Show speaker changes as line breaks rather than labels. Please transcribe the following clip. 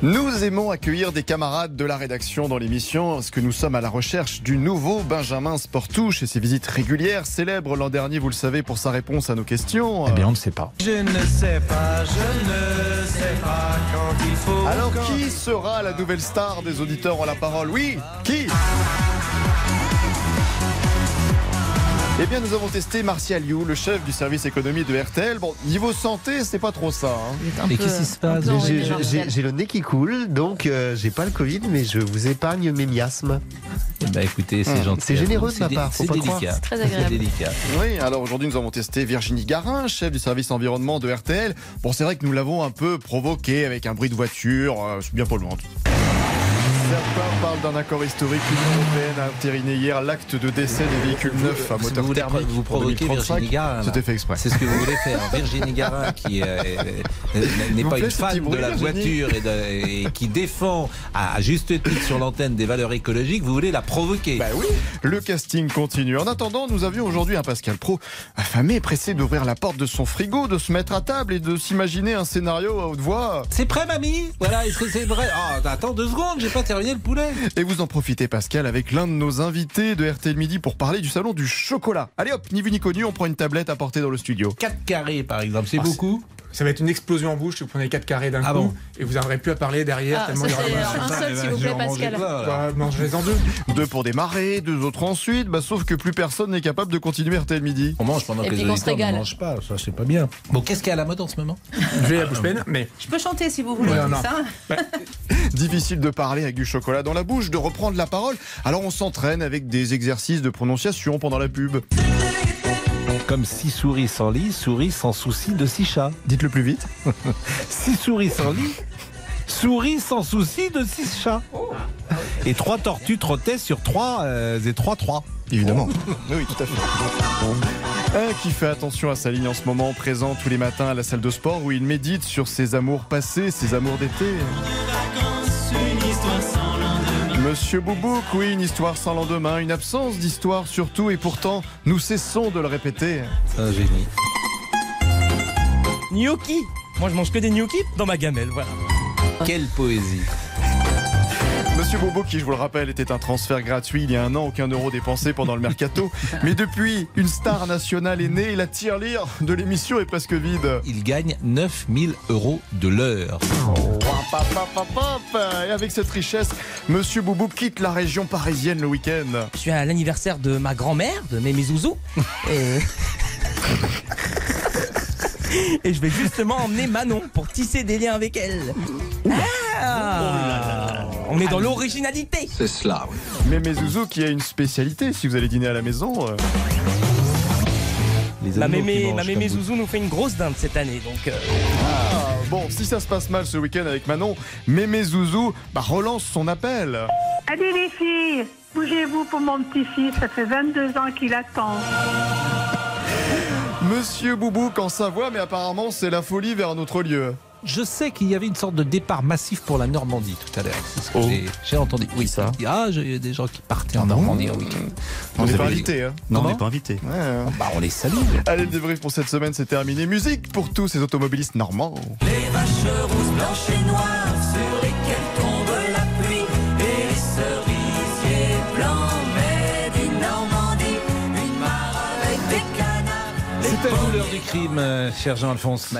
Nous aimons accueillir des camarades de la rédaction dans l'émission parce que nous sommes à la recherche du nouveau Benjamin Sportouche et ses visites régulières, célèbre l'an dernier, vous le savez, pour sa réponse à nos questions.
Eh bien, on ne sait pas.
Je ne sais pas, je ne sais pas quand il faut.
Alors, qui sera la nouvelle star des auditeurs en la parole Oui, qui Eh bien, nous avons testé Martial You, le chef du service économie de RTL. Bon, niveau santé, c'est pas trop ça. hein.
Mais qu'est-ce qui se passe
Non,
J'ai-
oui,
j'ai-
Marcel.
J'ai j'ai le nez qui coule, donc euh, j'ai pas le Covid, mais je vous épargne mes miasmes.
Bah écoutez, c'est
Hum,
gentil.
c'est généreux de
C'est
ma
dé-
part, faut
C'est
pas croire.
délicat.
très agréable.
délicat.
Oui, alors aujourd'hui nous avons testé Virginie Garin, chef du service environnement de RTL. Bon, c'est vrai que nous l'avons un peu provoqué avec un bruit de voiture, euh, c'est bien polluante. Certains parlent d'un accord historique. L'Union européenne a entériné hier l'acte de décès des véhicules neufs à
Vous
moteur
voulez
thermique.
vous provoquez
en 2035.
Virginie Garin, là.
C'était fait exprès.
C'est ce que vous voulez faire. Virginie Garin, qui euh, euh, euh, n'est
Vous
pas
faites
une
ce petit
fan de
bruit,
la
Virginie
voiture et, de- et qui défend à, à juste titre sur l'antenne des valeurs écologiques, vous voulez la provoquer.
Bah oui. Le casting continue. En attendant, nous avions aujourd'hui un Pascal Pro affamé, pressé d'ouvrir la porte de son frigo, de se mettre à table et de s'imaginer un scénario à haute voix.
C'est prêt, mamie Voilà, est-ce que c'est vrai Ah, Attends deux secondes, j'ai pas terminé le poulet.
Et vous en profitez, Pascal, avec l'un de nos invités de RTL Midi pour parler du salon du chocolat. Allez hop, ni vu ni connu, on prend une tablette apportée dans le studio.
4 carrés, par exemple,
Ah,
c'est beaucoup.
Ça va être une explosion en bouche, vous prenez 4 carrés d'un
Ah
coup
bon
et vous n'arriverez plus à parler derrière
Ah, ça,
tellement il y aura
c'est
de la-
un
Ah,
seul,
eh ben,
s'il vous
je vais
plaît,
en manger
Pascal.
quoi, alors Mangez-les en deux.
Deux pour démarrer, deux autres ensuite, bah, sauf que plus personne n'est capable de continuer RTL Midi.
On mange pendant
Et
que les
puis qu'on se
auditeurs ne
régale.
mangent pas, ça c'est pas bien. Bon, qu'est-ce qui est à la mode en ce moment
Je vais la bouche pleine, mais
Je peux chanter si vous voulez.
Ouais, non.
Ça
Difficile de parler avec du chocolat dans la bouche, de reprendre la parole. Alors on s'entraîne avec des exercices de prononciation pendant la pub.
Comme six souris sans lit, souris sans souci de six chats.
Dites-le plus vite.
Six souris sans lit, souris sans souci de six chats. Et trois tortues trottaient sur trois euh, et trois trois.
Évidemment. Oui, tout à fait. Un qui fait attention à sa ligne en ce moment, présent tous les matins à la salle de sport où il médite sur ses amours passés, ses amours d'été. Monsieur Boubouk, oui, une histoire sans lendemain, une absence d'histoire surtout, et pourtant, nous cessons de le répéter.
C'est un génie.
Gnocchi Moi je mange que des gnocchi dans ma gamelle, voilà.
Quelle poésie.
Monsieur Bobo, qui je vous le rappelle était un transfert gratuit il y a un an, aucun euro dépensé pendant le mercato. Mais depuis, une star nationale est née et la tirelire de l'émission est presque vide.
Il gagne 9000 euros de l'heure.
Pop, pop, pop, pop. Et avec cette richesse, Monsieur Boubou quitte la région parisienne le week-end.
Je suis à l'anniversaire de ma grand-mère, de Mémé Zouzou. et... et je vais justement emmener Manon pour tisser des liens avec elle.
Oh
Ah On est dans l'originalité
Mais Zouzou qui a une spécialité, si vous allez dîner à la maison, euh,
Les
Ma
animaux qui
mémé,
mangent
ma
comme
mémé
vous.
Zouzou nous fait une grosse dinde cette année, donc... euh,
ah, bon, si ça se passe mal ce week-end avec Manon, Mémé Zouzou bah, relance son appel.
Allez les filles, bougez-vous pour mon petit-fils, ça fait 22 ans qu'il attend.
Monsieur Boubou en Savoie, mais apparemment c'est la folie vers un autre lieu.
Je sais qu'il y avait une sorte de départ massif pour la Normandie tout à l'heure. C'est
Oh.
ce que j'ai- j'ai entendu. Oui, ça. Ah, j'ai eu des gens qui partaient en Normandie en week-end.
On
Vous
n'est pas
avez-
invité, hein.
Comment
pas invité.
Ouais, ouais.
Bah, on les salue.
Allez, le débrief pour cette semaine, c'est terminé. Musique pour tous ces automobilistes normands.
C'est à vous l'heure du crime, euh, cher Jean-Alphonse.